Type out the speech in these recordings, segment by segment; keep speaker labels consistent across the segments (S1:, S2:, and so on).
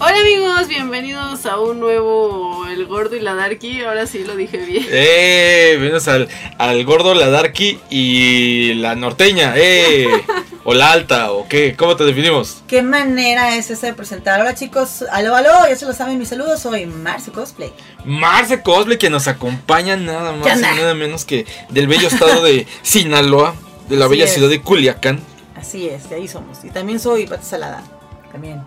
S1: chicos, bienvenidos a un nuevo El Gordo y la Darky. Ahora sí lo dije bien.
S2: ¡Eh! Bienvenidos al, al gordo, la darky y la norteña. ¡Eh! O la alta, o qué, ¿cómo te definimos?
S3: ¿Qué manera es esa de presentar? Hola chicos, aló, aló, ya se lo saben, mis saludos, soy Marce Cosplay.
S2: Marce Cosplay, que nos acompaña nada
S3: ¿Qué
S2: más y
S3: onda?
S2: nada menos que del bello estado de Sinaloa, de la
S3: Así
S2: bella
S3: es.
S2: ciudad de Culiacán.
S3: Así es, de ahí somos. Y también soy Pata Salada, también.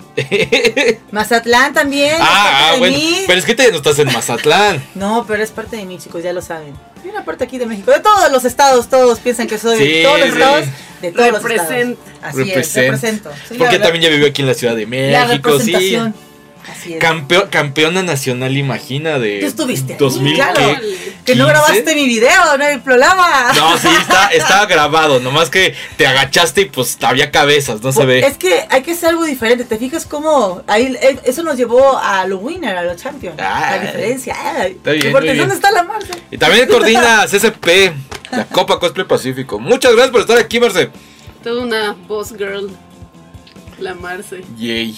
S3: Mazatlán también, es parte
S2: ah, ah,
S3: de
S2: bueno.
S3: mí.
S2: Pero es que te, no estás en Mazatlán.
S3: No, pero es parte de mí, chicos, ya lo saben. Y una parte aquí de México, de todos los estados, todos piensan que soy
S2: Sí,
S3: de todos los
S2: sí.
S3: estados, de todos
S1: Represent-
S3: los estados. Así es,
S2: Represent.
S3: represento. Soy la
S2: Porque
S3: verdad-
S2: también ya vivió aquí en la Ciudad de
S3: la
S2: México, sí.
S3: representación. Así es.
S2: Campeo- campeona nacional, imagina, de
S3: Tú estuviste ahí,
S2: 2000
S3: claro.
S2: ¿qué?
S3: Que
S2: 15?
S3: no grabaste mi video, no hay problema.
S2: No, sí, está, estaba grabado, nomás que te agachaste y pues había cabezas,
S1: Pues,
S2: no se ve.
S3: Pues, Es que hay que hacer algo diferente. ¿Te fijas cómo? Ahí, eh, eso nos llevó a los winner, a los champions.
S2: Ah,
S3: la diferencia. Ah,
S2: bien,
S3: porque
S2: muy bien.
S3: ¿dónde está la marca?
S2: Y también coordina CSP, la Copa Cosplay Pacífico. Muchas gracias por estar aquí, Marce.
S1: Toda una boss girl. La Marce.
S2: Yay.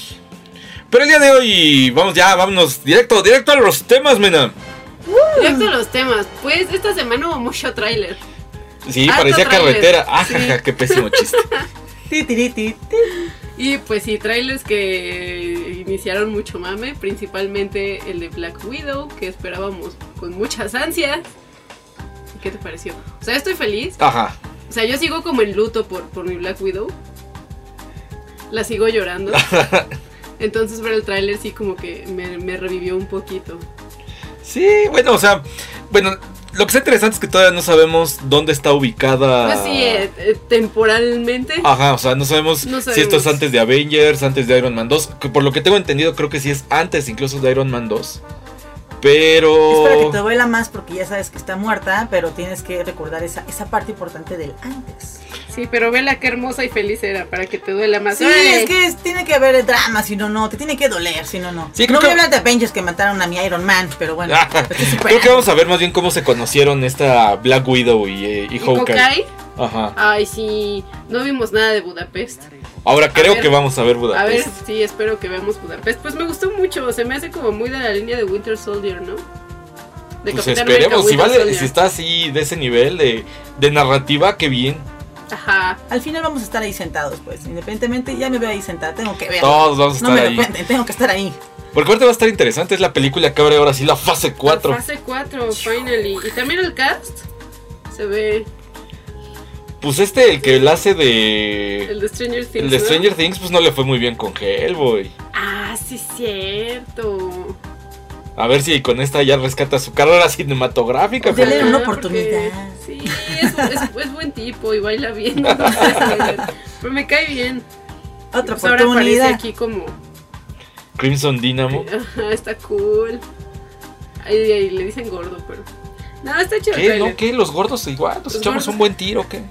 S2: Pero el día de hoy, vamos ya, vámonos directo, directo a los temas, mena.
S1: Directo a los temas. Pues esta semana hubo mucho tráiler.
S2: Sí,
S1: Harto
S2: parecía
S1: tráiler.
S2: carretera.
S1: Ah, Sí.
S2: Ajaja, qué pésimo chiste.
S3: Ti, ti, ti, ti, ti.
S1: Y pues sí, trailers que iniciaron mucho mame, principalmente el de Black Widow, que esperábamos con muchas ansias. ¿Qué te pareció? O sea, estoy feliz.
S2: Ajá.
S1: O sea, yo sigo como en luto por, por mi Black Widow. La sigo llorando. Entonces ver el tráiler sí como que me, me revivió un poquito.
S2: Sí, bueno, o sea, bueno, lo que está interesante es que todavía no sabemos dónde está ubicada.
S1: Pues sí, eh, eh, temporalmente.
S2: Ajá, o sea, no sabemos,
S1: No
S2: si esto
S1: sabemos.
S2: es antes de Avengers, antes de Iron Man 2. que por lo que tengo entendido, creo que sí es antes incluso de Iron Man 2.
S3: Espero que te
S2: Pero.
S3: duela más porque ya sabes que está muerta, pero tienes que recordar esa, esa parte importante del antes.
S1: Sí, pero vela qué hermosa y feliz era para que te duela más.
S3: Sí,
S1: Pues ¡Órale!
S3: es que es- tiene que haber drama, si no, no. Te tiene que doler, si no, no.
S2: Sí, creo
S3: no voy
S2: que- Ah,
S3: a hablar de Avengers que mataron a mi Iron Man, pero bueno. lo estoy
S2: Creo que
S3: superando.
S2: vamos a ver más bien cómo se conocieron esta Black Widow y, eh, y
S1: ¿Y
S2: Hawkeye.
S1: Hawkeye?
S2: Ajá.
S1: Ay, sí, no vimos nada de Budapest.
S2: Ahora creo
S1: ver.
S2: que vamos a ver
S1: A ver,
S2: Budapest.
S1: sí, espero que veamos Budapest. Pues me gustó mucho, se me hace como muy de la línea de Winter Soldier, ¿no? De
S2: pues
S1: Capitán América,
S2: esperemos. Si,
S1: Winter
S2: vale,
S1: Soldier.
S2: si está así de ese nivel de, de narrativa, qué bien.
S1: Ajá.
S3: Al final vamos a estar ahí sentados, pues. Independientemente, ya me veo ahí sentada, tengo que ver.
S2: Todos vamos a estar
S3: no me
S2: ahí.
S3: lo cuenten, tengo que estar ahí.
S2: Porque ahorita va a estar interesante. Es la película que abre ahora sí la fase 4.
S1: La Fase 4, finally. Y también el cast se ve
S2: Pues este, el que la hace de.
S1: el de Stranger Things.
S2: El de
S1: ¿no?
S2: Stranger Things pues no le fue muy bien con Hellboy.
S1: Ah, sí, cierto.
S2: A ver si con esta ya rescata su carrera cinematográfica.
S3: Dele
S2: porque-
S3: una
S1: Ah, porque-
S3: oportunidad.
S1: Sí, es, es- es buen tipo y baila bien. entonces, pero me cae bien.
S3: Otra
S1: Pues ahora aparece
S3: oportunidad.
S1: aquí como.
S2: Crimson Dynamo.
S1: Ajá, está cool. Ahí, ahí le dicen gordo, pero. No, está chido. el
S2: ¿Qué?
S1: trailer.
S2: ¿No? ¿Qué? ¿Los gordos igual? ¿Nos
S1: Los
S2: echamos
S1: gordos.
S2: un buen tiro? ¿Qué?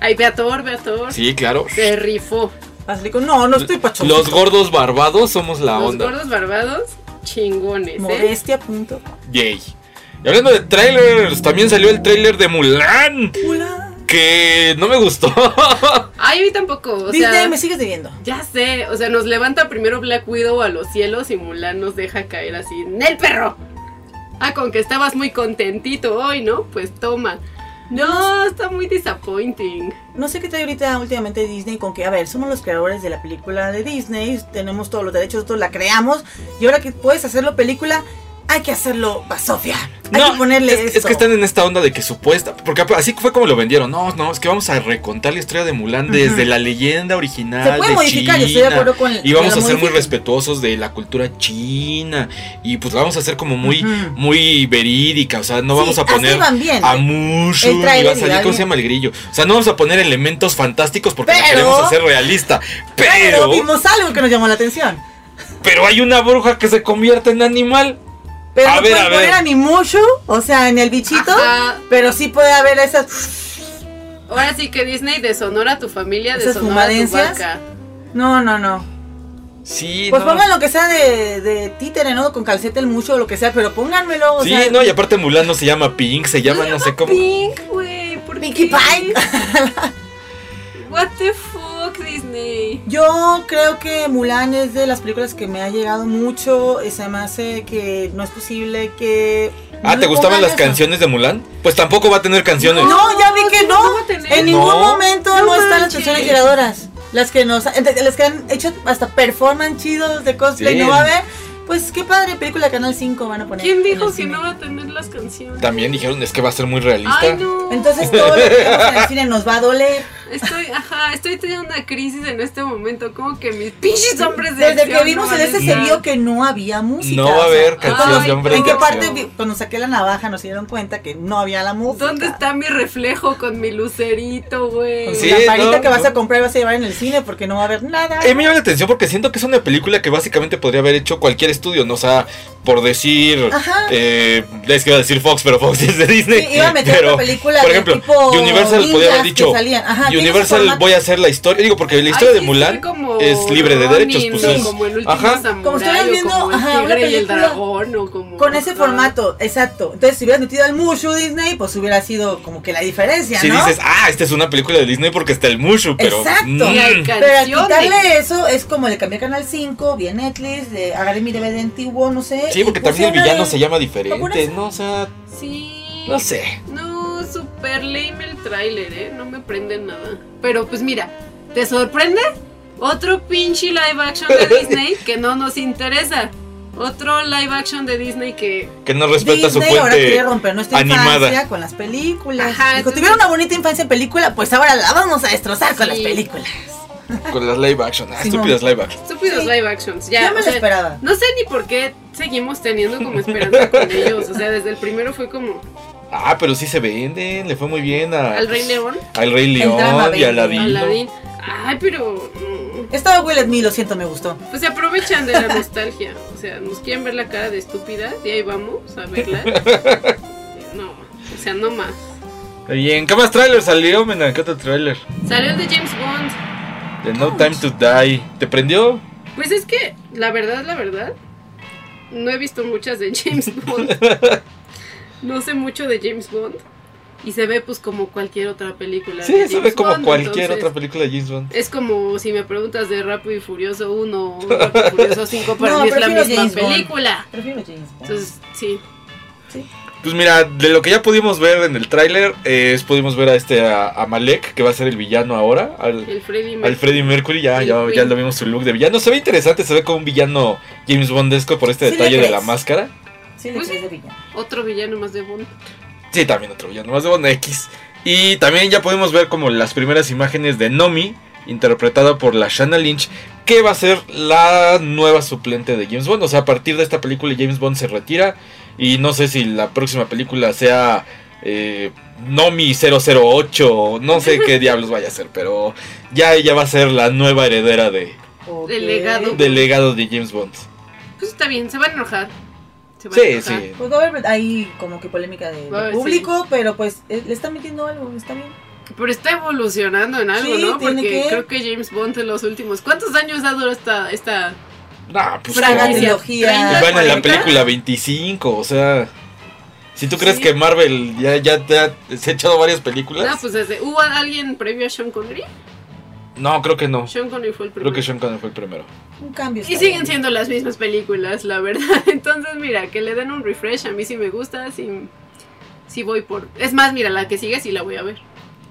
S1: Ay, ve a Thor, ve a Thor.
S2: Sí, claro.
S1: Se rifó.
S3: Así como, no, no estoy pachón.
S2: Los gordos barbados somos la
S1: Los
S2: onda.
S1: gordos barbados, chingones, ¿eh?
S3: Modestia, punto.
S2: Yay. Y hablando de trailers, también salió el trailer de Mulan.
S3: Hola.
S2: Que no me gustó.
S1: Ay, a mí tampoco. O
S3: Disney,
S1: sea,
S3: me sigues debiendo.
S1: ya sé. O sea, nos levanta primero Black Widow a los cielos y Mulan nos deja caer así. ¡Nel perro! Ah, con que estabas muy contentito hoy, ¿no? Pues toma. No, está muy disappointing.
S3: No sé qué trae ahorita últimamente Disney con que, a ver, somos los creadores de la película de Disney, tenemos todos los derechos, nosotros la creamos, y ahora que puedes hacerlo película, hay que hacerlo basofia. Hay que ponerle
S2: es,
S3: esto.
S2: es que están en esta onda de que supuesta. Porque así fue como lo vendieron. No, no, es que vamos a recontar la historia de Mulan
S3: Ujú.
S2: desde la leyenda original.
S3: Se puede
S2: de
S3: modificar, yo estoy de
S2: China.
S3: acuerdo con
S2: Y vamos
S3: que
S2: a ser muy
S3: lo modifiquen.
S2: respetuosos de la cultura china. Y pues la vamos a hacer como muy,
S3: Ujú.
S2: muy verídica. O sea, no
S3: Sí,
S2: vamos a
S3: así
S2: poner
S3: van bien.
S2: a Mushu
S3: El
S2: y
S3: tráiler
S2: va a salir,
S3: igual,
S2: ¿cómo se
S3: bien.
S2: llama el grillo? O sea, no vamos a poner elementos fantásticos porque la
S3: Pero-
S2: queremos hacer realista.
S3: Pero
S2: Pero, pero,
S3: vimos algo que nos llamó la atención.
S2: hay una bruja que se convierte en animal.
S3: Pero
S2: A
S3: no
S2: ver,
S3: pueden
S2: a ver.
S3: poner a mi Mushu, o sea, en el bichito,
S1: Ajá.
S3: pero sí puede haber esas.
S1: Ahora sí que Disney deshonora a tu familia,
S3: Esas
S1: deshonora a tu
S3: fumadencias.
S1: vaca.
S3: No, no, no.
S2: Sí,
S3: Pues
S2: no.
S3: pongan lo que sea de, de títere, ¿no? Con calceta el mucho o lo que sea, pero pónganmelo. O
S2: Sí,
S3: sea,
S2: no, y aparte Mulan no se llama Pink, se llama no sé cómo.
S1: Pink, güey, ¿por
S3: Pinkie
S1: qué?
S3: Pie.
S4: What the fuck, Disney.
S3: Yo creo que Mulan es de las películas que me ha llegado mucho. y Se me hace que no es posible que.
S2: Ah,
S3: no
S2: ¿te
S3: le
S2: gustaban
S3: pongan
S2: las
S3: eso.
S2: canciones de Mulan? Pues tampoco va a tener canciones.
S3: No, ya vi que
S1: sí,
S3: no.
S1: no va a tener.
S3: En ningún
S2: No.
S3: momento no,
S4: No
S3: están las
S4: manches.
S3: canciones llegadoras. Las que nos, entre- las que han hecho hasta performance chidos de cosplay,
S2: Sí.
S3: no va a haber. Pues qué padre película Canal 5 van a poner.
S1: ¿Quién
S3: en el
S1: dijo que
S3: cine.
S1: no va a tener las canciones?
S2: También dijeron, es que va a ser muy realista.
S1: Ay, no.
S3: Entonces todo lo que vemos en el cine nos va a doler.
S1: Estoy, ajá, estoy teniendo una crisis en este momento. Como que mis pinches hombres de
S3: Desde que
S1: acción
S3: vimos
S1: no
S3: el
S1: van a
S3: este se
S1: estar.
S3: vio que no había música.
S2: No va
S3: o
S2: a
S3: sea,
S2: haber canción
S1: ay,
S2: de hombre
S3: ¿En
S2: de
S3: qué
S2: acción.
S3: parte vi- cuando saqué la navaja nos dieron cuenta que no había la música?
S1: ¿Dónde está mi reflejo con mi lucerito, güey?
S3: Con
S2: Sí,
S3: la parita
S2: no,
S3: que vas
S2: no.
S3: a comprar y vas a llevar en el cine porque no va a haber nada.
S2: A mí me llama la atención porque siento que es una película que básicamente podría haber hecho cualquier estudio, ¿no? O sea, por decir.
S3: Ajá.
S2: Eh, es que iba a decir Fox, pero Fox es de Disney.
S3: Sí, iba a meter
S2: pero,
S3: otra película
S2: Por
S3: de
S2: ejemplo,
S3: tipo
S2: Universal podría haber
S3: ninjas que
S2: dicho.
S3: salían. Ajá, tiene su
S2: Universal
S3: formato.
S2: voy a hacer la historia. Digo, porque la
S1: Ay,
S2: historia de
S1: sí,
S2: Mulan
S1: fue como
S2: es libre de
S1: Ronin,
S2: derechos. Pues
S1: ¿no?
S2: es-
S1: Como el último
S2: Ajá.
S1: samurái,
S3: Como estuvieran
S1: o
S3: viendo,
S1: como
S3: ajá,
S1: el
S3: una
S1: tigre y el
S3: película
S1: dragón, o como...
S3: Con ese
S1: ajá.
S3: formato, exacto. Entonces, si hubieras metido al Mushu Disney, pues hubiera sido como que la diferencia,
S2: Si
S3: ¿no?
S2: dices, ah, esta es una película de Disney porque está el Mushu, pero.
S3: Exacto.
S1: Y hay
S2: mm,
S3: Pero al
S1: canciones.
S3: quitarle eso, es como le cambié a Canal 5, vi a Netflix, de agarré mi DVD antiguo, no sé.
S2: sí, porque
S3: y
S2: también el
S3: pusieron
S2: villano
S3: ahí-
S2: se llama
S3: Pues algunas-
S2: diferente. No, o sea,
S1: Sí.
S2: no sé.
S1: No, super lame el tráiler, ¿eh? No me prende nada. Pero pues mira, ¿te sorprende? Otro pinche live action de Disney que no nos interesa. Otro live action de Disney que...
S2: Que no respeta
S3: Disney
S2: su
S3: ahora quiere
S2: fuente.
S3: romper nuestra
S2: animada.
S3: infancia con las películas.
S1: Ajá,
S3: Dijo,
S1: entonces-
S3: tuvieron una bonita infancia en película, pues ahora la vamos a destrozar con las
S1: Sí.
S3: películas.
S2: Con las live action. Ah,
S3: Sí, no.
S2: estúpidas live action.
S1: Estúpidos
S3: Sí.
S1: live actions.
S3: Ya,
S1: Ya,
S3: me
S1: o
S3: lo
S1: sea,
S3: esperaba.
S1: no sé ni por qué seguimos teniendo como esperanza con ellos. O sea, desde el primero fue como
S2: Ah, pero sí se venden. Le fue muy bien
S3: Ah,
S2: a.
S1: al
S3: pues,
S1: Rey León,
S2: Al Rey
S3: drama
S2: León y
S3: vende.
S2: a Aladino.
S1: Aladdin. Ay, pero... mm,
S3: Estaba Will Smith, lo siento, me gustó.
S1: Pues se aprovechan de la nostalgia. O sea, nos quieren ver la cara de estúpida y ahí vamos a verla. No, o sea, no más.
S2: Bien, ¿qué más trailer salió, mena? ¿Qué otro trailer?
S1: Salió el de James Bond.
S2: De No Time to Die. ¿Te prendió?
S1: Pues es que, la verdad, la verdad, no he visto muchas de James Bond. No sé mucho de James Bond. Y se ve pues como cualquier otra película.
S2: Sí,
S1: de
S2: se ve
S1: James
S2: como
S1: Bond,
S2: cualquier
S1: entonces,
S2: otra película de James Bond.
S1: Es como si me preguntas de Rápido y Furioso 1 o Rápido y Furioso 5, para
S3: No,
S1: mí es la
S3: prefiero
S1: misma
S3: James Bond.
S1: película.
S3: Prefiero James Bond.
S1: Entonces, sí.
S2: Pues mira, de lo que ya pudimos ver en el tráiler eh, es pudimos ver a este a, a Malek, que va a ser el villano ahora, al,
S1: El Freddy
S2: al Freddie Mercury, ya,
S1: El
S2: ya, ya
S1: Queen.
S2: lo vimos su look de villano. Se ve interesante, se ve como un villano James Bondesco por este
S3: Sí,
S2: detalle
S3: le
S2: de la
S3: crees.
S2: máscara.
S3: sí, le
S1: Pues
S3: crees de villano.
S1: Otro villano más de Bond.
S2: Sí, también otro villano más de Bond X. Y también ya podemos ver como las primeras imágenes de Nomi, interpretada por la Shanna Lynch, que va a ser la nueva suplente de James Bond. O sea, a partir de esta película James Bond se retira y no sé si la próxima película sea eh, Nomi 008, o no sé qué diablos vaya a ser, pero ya ella va a ser la nueva heredera de,
S3: Ok.
S1: El legado.
S2: del legado de James Bond.
S1: Pues está bien, se van a enojar. Se van a
S2: Sí,
S1: enojar.
S2: sí.
S3: Pues va a haber ahí como que polémica de-
S1: Va a haber,
S3: del público, pero pues eh, le están metiendo algo, está bien.
S1: Pero está evolucionando en algo,
S3: Sí,
S1: ¿no?
S3: tiene
S1: Porque
S3: que.
S1: creo que James Bond en los últimos. ¿Cuántos años ha durado esta, esta
S2: Nah, pues,
S3: Saga,
S2: no.
S3: trilogía.
S2: Y van en
S1: 40?
S2: la película 25, o sea. Si tú crees
S1: Sí.
S2: que Marvel ya, ya te ha, se ha echado varias películas.
S1: No, pues desde. ¿Hubo alguien previo a Sean Connery? pues-
S2: No, creo que no.
S1: Sean Connery fue el
S2: Creo
S1: primero.
S2: que Sean Connery fue el primero.
S3: Un cambio.
S1: Y
S3: está
S1: siguen
S3: bien.
S1: siendo las mismas películas, la verdad. Entonces, mira, que le den un refresh. A mí sí me gusta, sí, sí voy por. Es más, mira, la que sigue sí la voy a ver.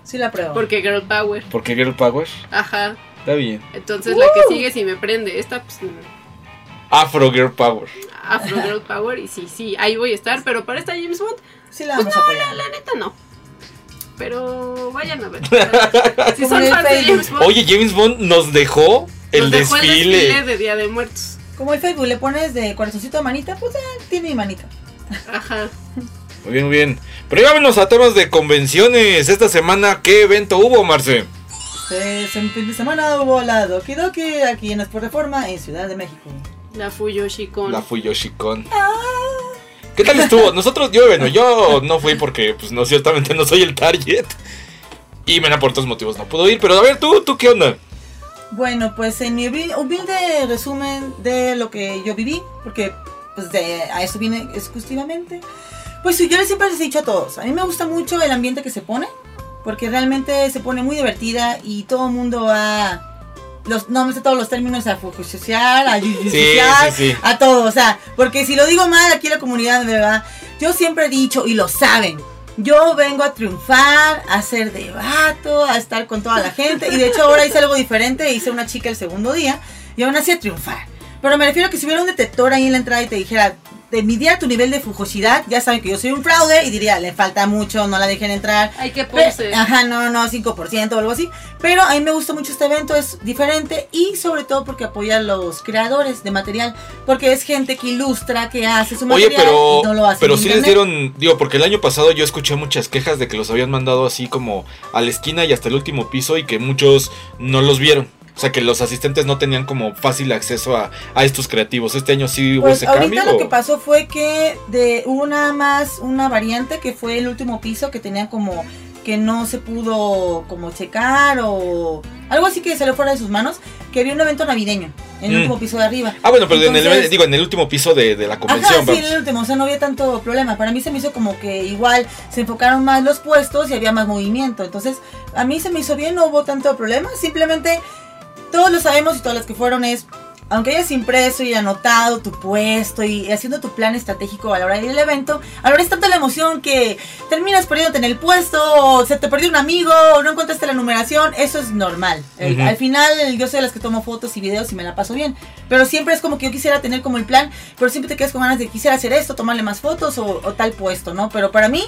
S3: Sí la pruebo.
S1: Porque Girl Power.
S2: Porque Girl Power
S1: Ajá.
S2: está bien.
S1: Entonces, la que sigue sí me prende. Esta, pues.
S2: Afro Girl Power.
S1: Afro Girl Power. Y sí, sí, ahí voy a estar. Pero para esta James Bond.
S3: Sí la vamos a apoyar.
S1: La neta no. Pero vayan a ver. si
S3: Como
S1: son
S3: en el
S1: fans de
S3: Facebook.
S1: James Bond,
S2: Oye, James Bond nos dejó el,
S1: nos dejó
S2: desfile.
S1: el desfile de Día de Muertos.
S3: Como el Facebook le pones de corazoncito a manita, pues ya tiene mi manita.
S1: Ajá.
S2: Muy bien, muy bien. Pero ya vámonos a temas de convenciones. Esta semana, ¿qué evento hubo, Marce?
S3: Es un fin de semana volado. Kidoki aquí en la plataforma en Ciudad de México.
S1: La Fuyoshi con.
S2: La Fuyoshicon.
S3: Ah.
S2: ¿Qué tal estuvo? Nosotros, yo, bueno, yo no fui porque, pues, no, ciertamente no soy el target. Y, bueno, por otros motivos no pudo ir. Pero, a ver, tú, tú, ¿qué onda?
S3: Bueno, pues en mi humil- humilde resumen de lo que yo viví, porque pues de, a eso vine exclusivamente. Pues sí, yo les siempre les he dicho a todos, a mí me gusta mucho el ambiente que se pone. porque realmente se pone muy divertida y todo el mundo va los nombres de todos los términos a social, a judicial,
S2: sí, sí.
S3: a todo, o sea, porque si lo digo mal aquí en la comunidad me va, yo siempre he dicho y lo saben. Yo vengo a triunfar, a hacer debato, a estar con toda la gente. Y de hecho ahora hice algo diferente, hice una chica el segundo día y aún así a triunfar. Pero me refiero a que si hubiera un detector ahí en la entrada y te dijera, de midiera tu nivel de fujosidad, ya saben que yo soy un fraude y diría, le falta mucho, no la dejen entrar.
S4: Hay que
S3: Pe-
S4: pose.
S1: Ah,
S3: Ajá, no, no, 5% o algo así. Pero a mí me gusta mucho este evento, es diferente y sobre todo porque apoya a los creadores de material, porque es gente que ilustra, que hace su
S2: Oye,
S3: material
S2: pero,
S3: y no lo hace.
S2: pero
S3: en
S2: sí les
S3: internet.
S2: dieron, digo, porque el año pasado yo escuché muchas quejas de que los habían mandado así como a la esquina y hasta el último piso y que muchos no los vieron. O sea, que los asistentes no tenían como fácil acceso a, a estos creativos. ¿Este año sí hubo
S3: Pues
S2: ese
S3: ahorita
S2: cambio?
S3: lo
S2: o-
S3: que pasó fue que de una más, una variante que fue el último piso que tenía como que no se pudo como checar o algo así que se le fuera de sus manos, que había un evento navideño en el
S2: Mm.
S3: último piso de arriba.
S2: Ah, bueno, pero en, el,
S3: Entonces-
S2: digo, en el último piso de, de la convención,
S3: Ajá, sí,
S2: vamos.
S3: en el último, o sea, no había tanto problema. Para mí se me hizo como que igual se enfocaron más los puestos y había más movimiento. Entonces, a mí se me hizo bien, no hubo tanto problema. Simplemente, todos lo sabemos y todas las que fueron es, aunque hayas impreso y anotado tu puesto y haciendo tu plan estratégico a la hora del evento, a la hora es tanta la emoción que terminas perdiéndote en el puesto, o se te perdió un amigo, o no encontraste la numeración, eso es normal. Eh,
S2: Ujú.
S3: Al final, yo soy de las que tomo fotos y videos y me la paso bien. Pero siempre es como que yo quisiera tener como el plan, pero siempre te quedas con ganas de quisiera hacer esto, tomarle más fotos o, o tal puesto, ¿no? Pero para mí,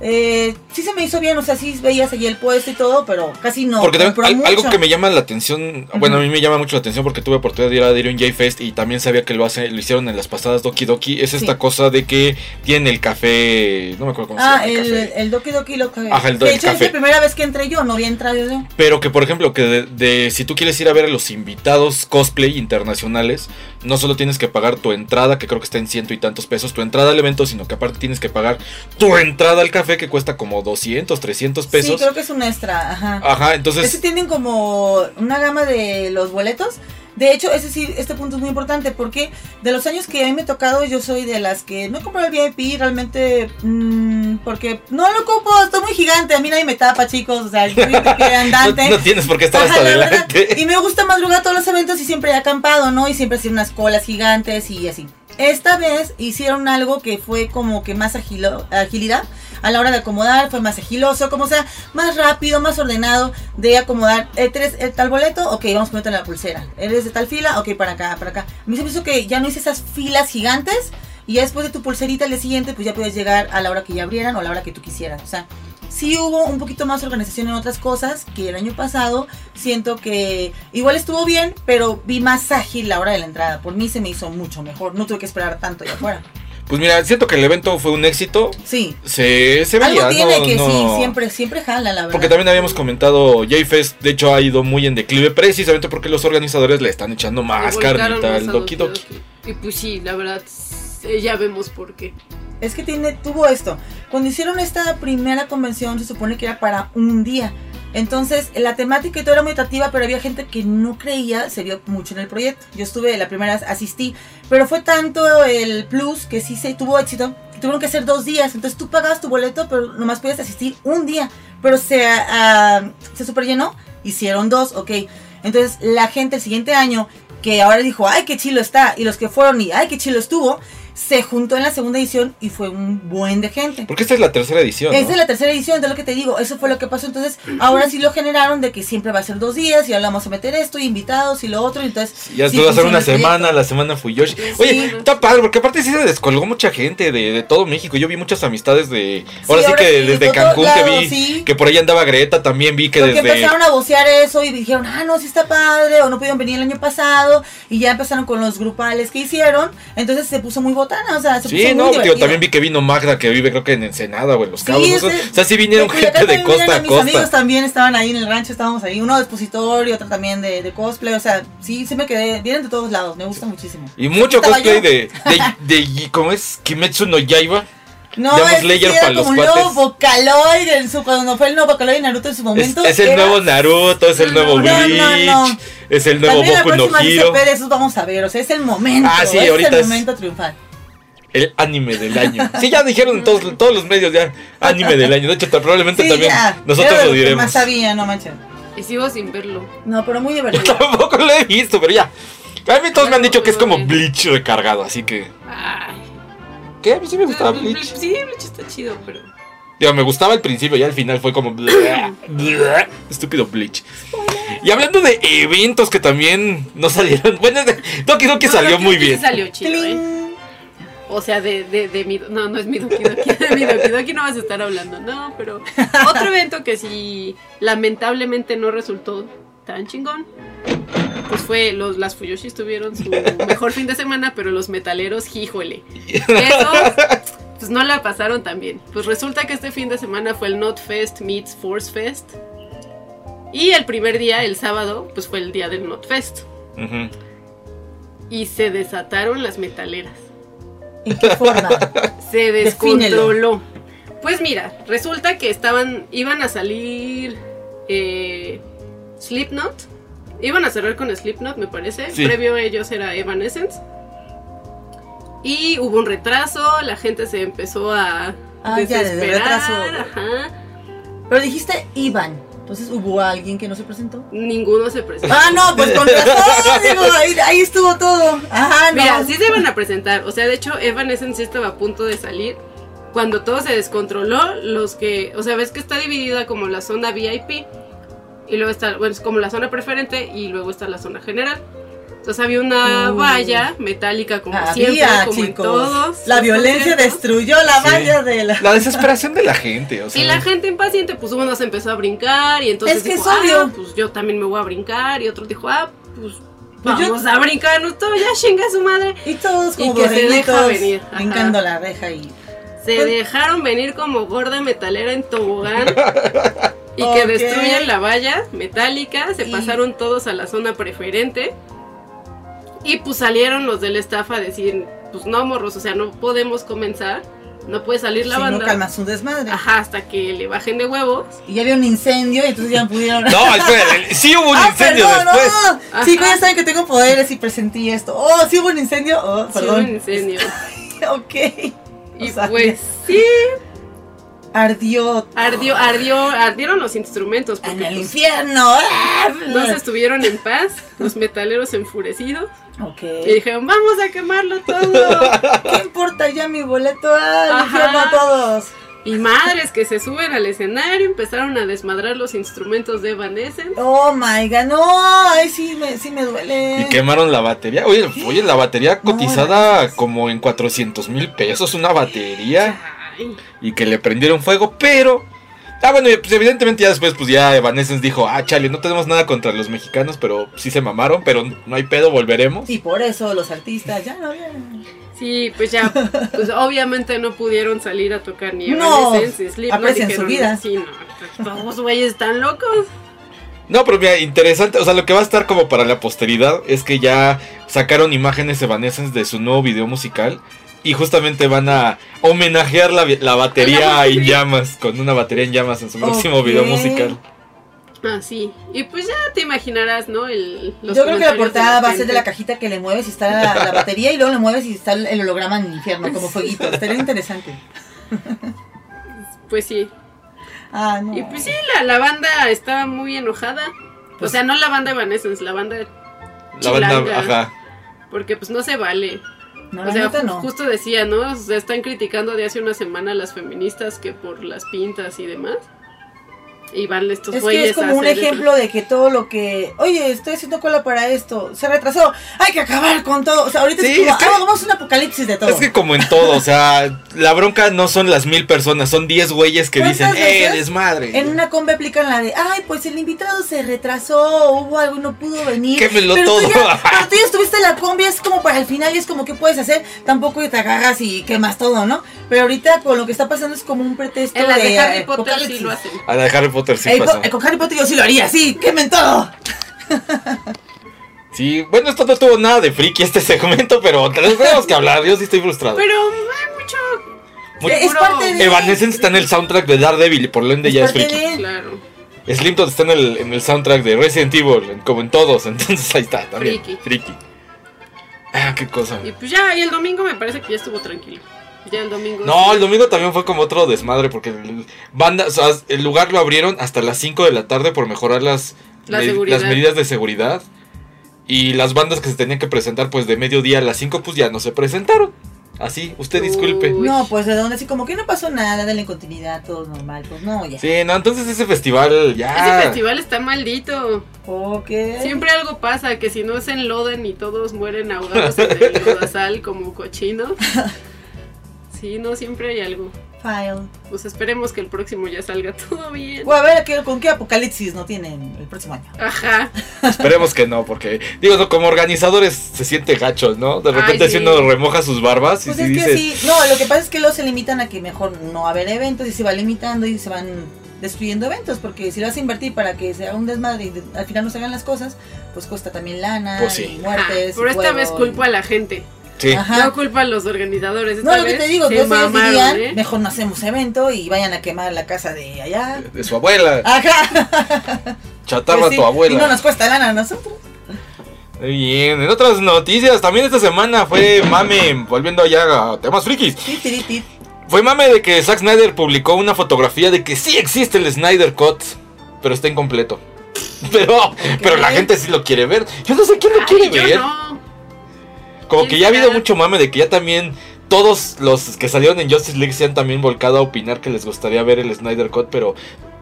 S3: eh, sí se me hizo bien, o sea, sí veías allí el puesto y todo, pero casi no.
S2: Porque también
S3: compró
S2: al- algo
S3: mucho.
S2: que me llama la atención, bueno, a mí me llama mucho la atención porque tuve oportunidad de ir a Dirion J Fest y también sabía que lo hace, lo hicieron en las pasadas Doki Doki, es esta
S3: Sí.
S2: cosa de que tienen el café, no me acuerdo cómo
S3: Ah,
S2: se llama.
S3: el,
S2: café.
S3: el Doki Doki lo que...
S2: Ajá, el do-
S3: de
S2: el
S3: hecho,
S2: café.
S3: es la primera vez que entré yo, no había entrado yo.
S2: Pero que, por ejemplo, que de, de- si tú quieres ir a ver a los invitados cosplay internacionales, no solo tienes que pagar tu entrada, que creo que está en ciento y tantos pesos, tu entrada al evento, sino que aparte tienes que pagar tu entrada al café, que cuesta como 200, 300
S3: Sí,
S2: pesos.
S3: creo que es un extra, ajá.
S2: Ajá, entonces...
S3: Ese tienen como una gama de los boletos. De hecho, ese sí, este punto es muy importante porque de los años que a mí me ha tocado, yo soy de las que no compro el VIP realmente mm, porque no lo ocupo, estoy muy gigante, a mí nadie me tapa, chicos, o sea, yo soy de que
S2: no,
S3: andante.
S2: no tienes por qué estar
S3: Ajá,
S2: hasta
S3: la verdad.
S2: adelante.
S3: Y me gusta madrugar a todos los eventos y siempre he acampado, ¿no? Y siempre hacía unas colas gigantes y así. Esta vez hicieron algo que fue como que más agilo- agilidad a la hora de acomodar, fue más agiloso, como sea, más rápido, más ordenado de acomodar. ¿Eres el tal boleto? Ok, vamos a ponerte en la pulsera. ¿Eres de tal fila? Ok, para acá, para acá. A mí se me hizo que ya no hice esas filas gigantes y ya después de tu pulserita al día siguiente, pues ya puedes llegar a la hora que ya abrieran o a la hora que tú quisieras. O sea, sí hubo un poquito más organización en otras cosas que el año pasado. Siento que igual estuvo bien, pero vi más ágil la hora de la entrada. Por mí se me hizo mucho mejor. No tuve que esperar tanto ya afuera.
S2: Pues mira, siento que el evento fue un éxito.
S3: Sí.
S2: Se, se veía,
S3: Algo tiene
S2: no,
S3: que
S2: no.
S3: sí, siempre, siempre jala, la verdad.
S2: Porque también habíamos comentado, J-Fest, de hecho, ha ido muy en declive precisamente porque los organizadores le están echando más
S1: Volcaron
S2: Ah, carnita
S1: más
S2: al
S1: a
S2: Doki
S1: Doki
S2: Doki.
S1: Doki. Y pues sí, la verdad, eh, ya vemos por qué.
S3: Es que tiene, tuvo esto. Cuando hicieron esta primera convención, se supone que era para un día. Entonces, la temática y todo era muy atractiva, pero había gente que no creía, se vio mucho en el proyecto. Yo estuve, la primera vez asistí, pero fue tanto el plus que sí se tuvo éxito, que tuvieron que hacer dos días. Entonces, tú pagabas tu boleto, pero nomás podías asistir un día. Pero se, ah, se superllenó, hicieron dos, ok. Entonces, la gente el siguiente año, que ahora dijo, ay, qué chilo está, y los que fueron y, ay, qué chilo estuvo, se juntó en la segunda edición y fue un buen de gente.
S2: Porque esta es la tercera edición. ¿no?
S3: Esa es la tercera edición, de lo que te digo, eso fue lo que pasó. Entonces, ahora sí lo generaron de que siempre va a ser dos días y ahora vamos a meter esto, y invitados y lo otro. y Entonces,
S2: Ya
S3: sí
S2: estuvo hace
S3: funciona
S2: una
S3: el pues. proyecto.
S2: semana, la semana fui Yoshi. Oye,
S1: Sí.
S2: está padre, porque aparte sí se descolgó mucha gente de, de todo México. Yo vi muchas amistades de. Ahora sí,
S3: ahora
S2: que
S3: sí, de
S2: desde
S3: todos
S2: Cancún que
S3: lados,
S2: vi.
S3: sí.
S2: Que por ahí andaba Greta, también vi que
S3: porque
S2: desde.
S3: empezaron a vocear eso y dijeron, ah, no, sí está padre, o no pudieron venir el año pasado, y ya empezaron con los grupales que hicieron. Entonces, se puso muy botana, o sea, se puso
S2: Sí,
S3: muy
S2: no, tío,
S3: divertida.
S2: también vi que vino Magda, que vive creo que en Ensenada o en Los
S3: Sí,
S2: Cabos. ¿no?
S3: ese-
S2: o sea, sí vinieron
S3: Culiacán
S2: gente de
S3: también
S2: costa
S3: vinieron,
S2: a
S3: Mis amigos
S2: costa.
S3: también estaban ahí en el rancho, estábamos ahí. Uno de expositor y otro también de, de cosplay. O sea, sí, sí me quedé. Vienen de todos lados, me gusta muchísimo.
S2: Y mucho
S3: Estaba
S2: cosplay
S3: yo.
S2: de, de, de- ¿Cómo es? Kimetsu no Yaiba.
S3: No,
S2: Demon
S3: es que
S2: Slayer
S3: era
S2: para los
S3: como un nuevo
S2: cuates.
S3: Vocaloid en su, cuando fue el nuevo Vocaloid de Naruto en su
S2: Es,
S3: momento.
S2: es el
S3: era-
S2: nuevo Naruto, es el
S1: No,
S2: nuevo
S1: no,
S3: no,
S2: Bleach,
S3: no.
S2: es el nuevo
S3: También la
S2: Boku no
S3: próxima dice
S2: Hiro.
S3: Pérez, esos vamos a ver, o sea, es el momento.
S2: Ah, sí,
S3: es
S2: ahorita
S3: el
S2: es-
S3: momento triunfal.
S2: el anime del año. Sí, ya dijeron en todos, todos los medios ya anime del año. De hecho, ta- probablemente
S3: Sí,
S2: también
S3: ya. Era
S2: nosotros
S3: de
S2: lo
S3: que
S2: diremos.
S3: Más sabía, no manches.
S1: Y sigo sin verlo.
S3: No, pero muy
S2: Yo
S3: divertido.
S2: tampoco lo he visto, pero ya. A mí todos me han dicho que es como
S1: Ay.
S2: Bleach recargado, así que...
S1: Ay.
S2: ¿Qué? A mí sí me gustaba
S1: Bl-
S2: Bleach.
S1: Sí, Bleach está chido, pero.
S2: Digo, me gustaba al principio, ya al final fue como. bleh, bleh, estúpido Bleach. Y hablando de eventos que también no salieron. Bueno, es de- Doki Doki
S1: No,
S2: salió
S1: Doki
S2: muy
S1: Doki sí
S2: bien.
S1: Salido chido, ¿eh?
S3: Tling.
S1: O sea, de, de, de mi. No, no es mi Doki Doki. De mi Doki Doki no vas a estar hablando. No, pero. Otro evento que sí, lamentablemente no resultó tan chingón. Pues fue. Los, las Fuyoshis tuvieron su mejor fin de semana, pero los metaleros, híjole. Esos, pues no la pasaron tan bien. Pues resulta que este fin de semana fue el Not Fest meets Force Fest. Y el primer día, el sábado, pues fue el día del Not Fest.
S2: Ujú.
S1: Y se desataron las metaleras.
S3: ¿En qué forma?
S1: se
S3: Defínelo.
S1: descontroló. Pues mira, resulta que estaban, iban a salir eh, Slipknot, iban a cerrar con Slipknot, me parece.
S2: Sí.
S1: Previo a ellos era Evanescence. Y hubo un retraso, la gente se empezó a
S3: Ah, ya, de- de
S1: desesperar.
S3: retraso.
S1: ajá.
S3: Pero dijiste Iván. Entonces hubo alguien que no se presentó.
S1: Ninguno se presentó.
S3: Ah, no, pues con razón, digo, ahí, ahí estuvo todo. Ajá, no.
S1: Mira, sí se iban a presentar. O sea, de hecho, Evanescence sí estaba a punto de salir. Cuando todo se descontroló, los que. O sea, ves que está dividida como la zona VIP. Y luego está. Bueno, es como la zona preferente. Y luego está la zona general. Entonces había una
S3: Uh.
S1: valla metálica, como siempre,
S3: Había,
S1: como en
S3: chicos.
S1: todos.
S3: la
S1: los
S3: violencia
S1: conciertos.
S3: destruyó la
S2: Sí.
S3: valla de la.
S2: La desesperación de la gente, o sea.
S1: Y la gente impaciente, pues uno se empezó a brincar. Y entonces
S3: este Es que
S1: dijo,
S3: es obvio.
S1: ah, pues yo también me voy a brincar. Y otro dijo, ah, pues.
S3: Pues yo-
S1: Vamos a brincarnos todo, ya chinga su madre.
S3: Y todos como
S1: Y que se
S3: borreguitos
S1: deja venir, ajá.
S3: brincando la reja y.
S1: Se
S3: Pues-
S1: dejaron venir como gorda metalera en tobogán. y que
S3: Ok.
S1: destruyen la valla metálica. Se
S3: Y-
S1: pasaron todos a la zona preferente. Y pues salieron los del staff a decir: Pues no, morros, o sea, no podemos comenzar. No puede salir
S3: Si
S1: la
S3: no
S1: banda.
S3: calmas un desmadre.
S1: Ajá, hasta que le bajen de huevos.
S3: Y ya había un incendio y entonces ya pudieron.
S2: No, espera, el- sí hubo un
S3: Ah,
S2: incendio
S3: perdón,
S2: después.
S3: no. Chicos, ya saben que tengo poderes y presentí esto. Oh, sí hubo un incendio. Oh,
S1: Sí, hubo un
S3: perdón.
S1: incendio.
S3: ok.
S1: y
S3: sabía.
S1: pues sí,
S3: Ardió.
S1: ardió, ardió, ardieron los instrumentos.
S3: En
S1: Porque
S3: el
S1: pues,
S3: infierno. Ah,
S1: no se estuvieron en paz. Los metaleros enfurecidos.
S3: Ok.
S1: Y dijeron: Vamos a quemarlo todo.
S3: ¿Qué importa ya mi boleto? Ah,
S1: Ajá.
S3: al infierno a todos.
S1: Y madres que se suben al escenario, empezaron a desmadrar los instrumentos de Evanescence.
S3: Oh my god, no, ay sí me, sí me duele.
S2: Y quemaron la batería. Oye, oye la batería cotizada como en 400 mil pesos, una batería.
S1: Ay,
S2: y que le prendieron fuego, pero... Ah, bueno, y, pues evidentemente ya después, pues ya Evanescence dijo, ah, chale, no tenemos nada contra los mexicanos, pero sí se mamaron, pero no hay pedo, volveremos.
S3: Y por eso los artistas ya no vienen.
S1: Sí, pues ya, pues obviamente no pudieron salir a tocar ni
S3: No,
S1: Evanescence, ni Slipknot,
S3: aprecien su vida.
S1: Sí, no, pues, todos güeyes están locos.
S2: No, pero mira, interesante, o sea, lo que va a estar como para la posteridad es que ya sacaron imágenes Evanescence de su nuevo video musical y justamente van a homenajear la, vi- la batería en llamas, con una batería en llamas en su próximo
S3: Ok.
S2: video musical.
S1: Ah, sí. Y pues ya te imaginarás, ¿no? El, los
S3: Yo creo que
S1: comentarios
S3: la portada va a ser
S1: gente.
S3: de la cajita que le mueves y está la, la batería y luego le mueves y está el el holograma en el infierno como fueguito. Estaría interesante.
S1: Pues sí.
S3: Ah, no.
S1: Y pues sí, la, la banda estaba muy enojada. o
S3: Pues-
S1: sea, no la banda Evanescence, la banda...
S2: La banda,
S1: Chilanga.
S2: ajá.
S1: Porque pues no se vale.
S3: no,
S1: O
S3: la
S1: sea,
S3: neta
S1: ju-
S3: no.
S1: justo decía, ¿no? O sea, están criticando de hace una semana a las feministas que por las pintas y demás. Y van estos
S3: Es que
S1: güeyes
S3: es como
S1: a
S3: un
S1: hacer-
S3: ejemplo de que todo lo que, oye, estoy haciendo cola para esto, se retrasó, hay que acabar con todo. O sea, ahorita es
S2: Sí,
S3: como,
S2: es que-
S3: "Ah, vamos a un apocalipsis de todo.
S2: Es que como en todo, o sea, la bronca no son las mil personas, son diez güeyes que
S3: ¿Cuántas
S2: dicen, ¡eh,
S3: veces
S2: desmadre!
S3: En una combi aplican la de, ay, pues el invitado se retrasó, hubo algo y no pudo venir.
S2: Quémelo
S3: pero
S2: todo.
S3: Tú ya, pero tú ya estuviste en la combi, es como para el final y es como, ¿qué puedes hacer? Tampoco te agarras y quemas todo, ¿no? Pero ahorita con lo que está pasando es como un pretexto
S1: En las de Harry
S3: eh,
S1: Potter sí
S3: apocalipsis.
S1: lo hacen.
S2: A la de Harry Potter sí
S3: Eh,
S2: pasó.
S3: po- eh, con Harry Potter yo sí lo haría, sí, quemen todo.
S2: Sí, bueno, esto no tuvo nada de friki este segmento, pero tenemos que hablar. Yo sí estoy frustrado.
S1: Pero hay mucho,
S2: Muy-
S3: Eh, Pues, es
S1: Seguro
S3: parte de.
S2: Evanescence está en el soundtrack de Daredevil, y por lo ende
S3: es
S2: ya es
S3: parte
S2: friki.
S3: de-
S1: claro,
S2: Slipknot está en el, en el soundtrack de Resident Evil, en- como en todos, entonces ahí está, también.
S1: Friki.
S2: Friki. Ah, qué cosa.
S1: Y pues ya, y el domingo me parece que ya estuvo tranquilo. Ya el domingo.
S2: No, el domingo también fue como otro desmadre porque el, banda, o sea, el lugar lo abrieron hasta las 5 de la tarde por mejorar las,
S1: La
S2: me-
S1: seguridad.
S2: las medidas de seguridad. Y las bandas que se tenían que presentar pues de mediodía a las 5 pues ya no se presentaron. Así, usted disculpe.
S1: Uy.
S3: No, pues de dónde así como que no pasó nada de la incontinuidad, todo normal, pues no, ya.
S2: Sí, no, entonces ese festival ya...
S1: Ese festival está maldito.
S3: Ok.
S1: Siempre algo pasa, que si no se enlodan y todos mueren ahogados en el lodazal como cochino. Sí, no, siempre hay algo.
S3: File.
S1: Pues esperemos que el próximo ya salga todo bien.
S3: Voy a ver qué- con qué apocalipsis no tienen el próximo año.
S1: Ajá.
S2: Esperemos que no, porque digo, no, como organizadores se siente gacho, ¿no? De
S1: Ay,
S2: repente
S1: sí.
S2: si uno remoja sus barbas y
S3: Pues
S2: si
S3: es
S2: dices...
S3: que sí, no, lo que pasa es que luego se limitan a que mejor no va a haber eventos y se va limitando y se van destruyendo eventos, porque si lo vas a invertir para que sea un desmadre y de- al final no se hagan las cosas, pues cuesta también lana,
S2: Pues sí.
S3: y muertes.
S1: Por
S3: y
S1: Ah, esta
S3: fuego
S1: vez
S3: y-
S1: culpo a la gente.
S2: sí.
S3: Ajá.
S1: No culpa a los organizadores.
S3: No,
S1: esta
S3: lo que te
S1: vez
S3: digo,
S1: se
S3: que ellos
S1: mamaron,
S3: dirían,
S1: ¿eh?
S3: mejor no hacemos evento y vayan a quemar la casa de allá.
S2: De su abuela,
S3: Ajá.
S2: chatarra
S3: Pues sí,
S2: a tu abuela.
S3: Y no nos cuesta lana a nosotros.
S2: Muy Bien, en otras noticias, también esta semana fue mame, volviendo ya a temas frikis,
S3: Ti, ti, ti, ti.
S2: fue mame de que Zack Snyder publicó una fotografía de que sí existe el Snyder Cut, pero está incompleto. Pero, pero la gente sí lo quiere ver. Yo no sé quién lo
S1: Ay,
S2: quiere
S1: yo
S2: ver.
S1: no.
S2: Como que ya ha habido
S1: Quién
S2: mucho mame de que ya también todos los que salieron en Justice League se han también volcado a opinar que les gustaría ver el Snyder Cut, pero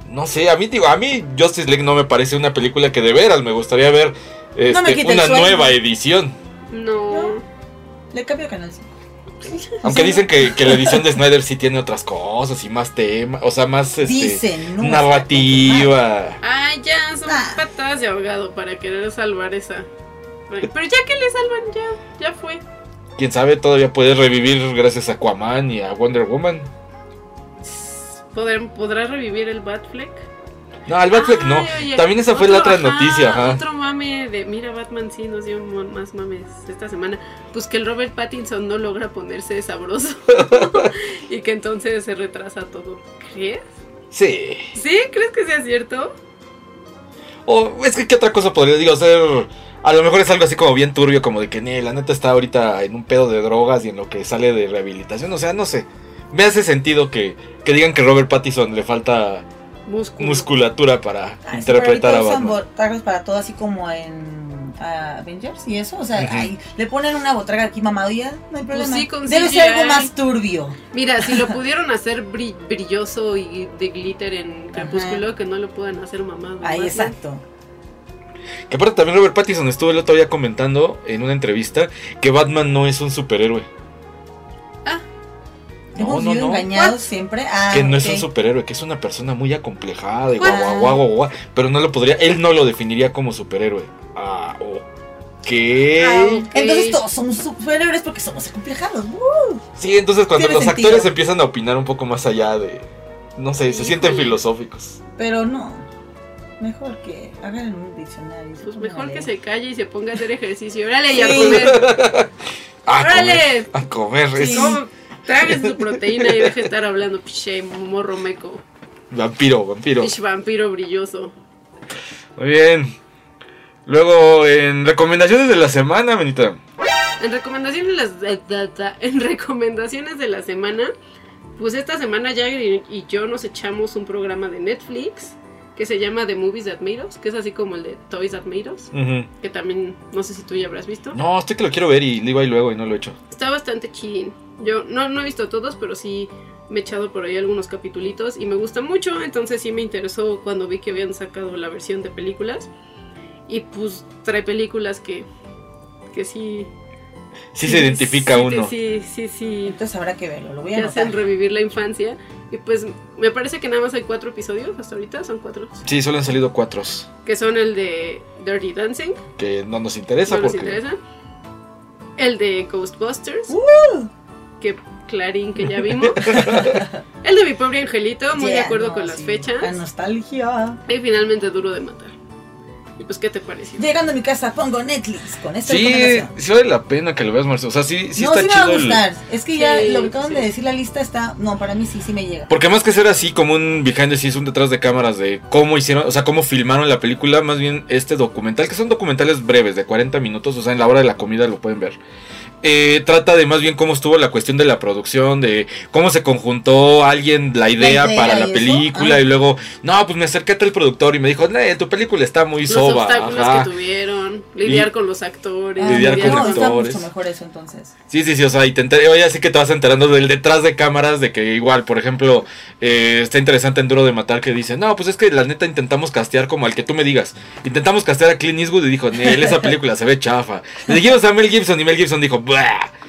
S2: no sé, a mí digo, a mí Justice League no me parece una película que de veras me gustaría ver
S3: me
S2: este,
S3: quita el
S2: una
S3: sueño.
S2: nueva edición.
S1: No.
S3: Le cambio de canal. sí.
S2: Aunque dicen que, que la edición de Snyder sí tiene otras cosas y más temas, o sea, más este,
S3: Dicen, no.
S2: narrativa.
S1: Ay, ya, son
S3: Ah.
S1: patadas de ahogado para querer salvar esa. Pero ya que le salvan, ya, ya fue.
S2: Quién sabe, todavía puedes revivir gracias a Aquaman y a Wonder Woman.
S1: ¿Podrá, podrá revivir el Batfleck?
S2: No, al Batfleck no.
S3: Ah.
S1: Ay, oye,
S2: También esa fue la
S1: otro-
S2: otra
S1: ajá,
S2: noticia, ajá.
S1: Otro mame de, mira, Batman sí nos dio mo- más mames esta semana. Pues que el Robert Pattinson no logra ponerse sabroso y que entonces se retrasa todo. ¿Crees?
S2: Sí.
S1: ¿Sí? ¿Crees que sea cierto?
S2: O es que qué otra cosa podría digo ser. A lo mejor es algo así como bien turbio, como de que "Nee, la neta está ahorita en un pedo de drogas y en lo que sale de rehabilitación. O sea, no sé. Me hace sentido que, que digan que Robert Pattinson le falta
S1: Músculo.
S2: musculatura para
S3: Ah, sí, pero
S2: interpretar
S3: ahorita
S2: a
S3: usan
S2: Batman.
S3: botargas para todo así como en ah, Avengers y eso, o sea,
S2: Ujú.
S3: ay, le ponen una botarga aquí mamado y ya, no hay problema.
S1: Pues sí, con
S3: Debe
S1: CGI.
S3: ser algo más turbio.
S1: Mira, si lo pudieron hacer bri- brilloso y de glitter en Crepúsculo, que no lo puedan hacer mamado.
S3: Ahí,
S1: Batman.
S3: exacto.
S2: Que aparte también Robert Pattinson estuvo el otro día comentando en una entrevista que Batman no es un superhéroe.
S1: Ah.
S2: No,
S3: Hemos
S2: no,
S3: sido
S2: no.
S3: engañados siempre. Ah,
S2: Que no es
S3: ok.
S2: un superhéroe, que es una persona muy acomplejada y
S1: ¿Cuál?
S2: guau, guau, guau, guau, guau, Pero no lo podría, él no lo definiría como superhéroe. Ah, ok.
S1: Ah, ok.
S3: Entonces todos somos superhéroes porque somos acomplejados. Uh,
S2: Sí, entonces cuando
S3: Tiene
S2: los
S3: sentido.
S2: actores empiezan a opinar un poco más allá de. No sé, se
S1: Híjole.
S2: sienten filosóficos.
S3: Pero no. Mejor que hagan un diccionario.
S1: Pues
S3: No,
S1: mejor que
S3: eh.
S1: se calle y se ponga a hacer ejercicio. Órale, ya
S3: Sí.
S1: comer.
S2: A Ah, comer.
S1: Órale.
S2: A comer.
S3: Sí.
S2: Es un
S1: ¿Cómo? Tragues tu proteína y deje de estar hablando, piche, morro meco.
S2: vampiro, vampiro.
S1: Pish vampiro brilloso.
S2: Muy bien. Luego, en recomendaciones de la semana, Benita.
S1: En recomendaciones de las da- da- da- en recomendaciones de la semana, pues esta semana Jagger y, y yo nos echamos un programa de Netflix que se llama The Movies That Made Us, que es así como el de Toys That Made Us,
S2: Ujú.
S1: que también no sé si tú ya habrás visto.
S2: No, estoy que lo quiero ver y digo ahí luego y no lo he hecho.
S1: Está bastante chidín. Yo no, no he visto todos, pero sí me he echado por ahí algunos capitulitos y me gusta mucho, entonces sí me interesó cuando vi que habían sacado la versión de películas. Y pues trae películas que, que sí...
S2: Sí, se identifica
S1: sí,
S2: uno.
S1: Sí, sí, sí.
S3: Entonces habrá que verlo, lo voy a
S1: Que hacen
S3: anotar.
S1: revivir la infancia. Y pues me parece que nada más hay cuatro episodios hasta ahorita, son cuatro.
S2: Sí, solo han salido cuatro.
S1: Que son el de Dirty Dancing,
S2: Que no nos interesa
S1: no nos
S2: porque.
S1: interesa. El de Ghostbusters. Que Clarín, que ya vimos. el de mi pobre angelito, muy de
S3: Yeah,
S1: acuerdo
S3: no,
S1: con las
S3: sí.
S1: fechas.
S3: La nostalgia.
S1: Y finalmente Duro de Matar. Y pues, ¿qué te pareció?
S3: Llegando a mi casa pongo Netflix con esta
S2: Sí,
S3: recomendación.
S2: sí vale la pena que lo veas, Marcio. O sea, sí, sí
S3: no,
S2: está
S3: sí me
S2: chido.
S3: va a
S2: el-
S3: gustar. Es que ya
S1: Sí,
S3: lo que acaban
S1: sí.
S3: de decir la lista está. No, para mí sí, sí me llega.
S2: Porque más que ser así como un behind the scenes, un detrás de cámaras de cómo hicieron, o sea, cómo filmaron la película, más bien este documental, que son documentales breves de 40 minutos, o sea, en la hora de la comida lo pueden ver. Eh, trata de más bien cómo estuvo la cuestión de la producción, de cómo se conjuntó alguien la idea,
S3: idea
S2: para
S3: y
S2: la
S3: eso,
S2: película
S3: ah.
S2: y luego, no, pues me acerqué al productor y me dijo, "Nee, tu película está muy
S1: Los
S2: soba.
S1: obstáculos
S2: ajá.
S1: que tuvieron, lidiar con los actores,
S3: Ah,
S2: lidiar con
S3: no, está
S2: actores.
S3: mucho mejor eso entonces.
S2: Sí, sí, sí, o sea, y te enter- oye, así que te vas enterando del detrás de cámaras, de que igual, por ejemplo, eh, está interesante en Duro de Matar que dice, no, pues es que la neta intentamos castear como al que tú me digas. Intentamos castear a Clint Eastwood y dijo, Nel, esa película se ve chafa. Le dijimos a Mel Gibson y Mel Gibson dijo, "Buah".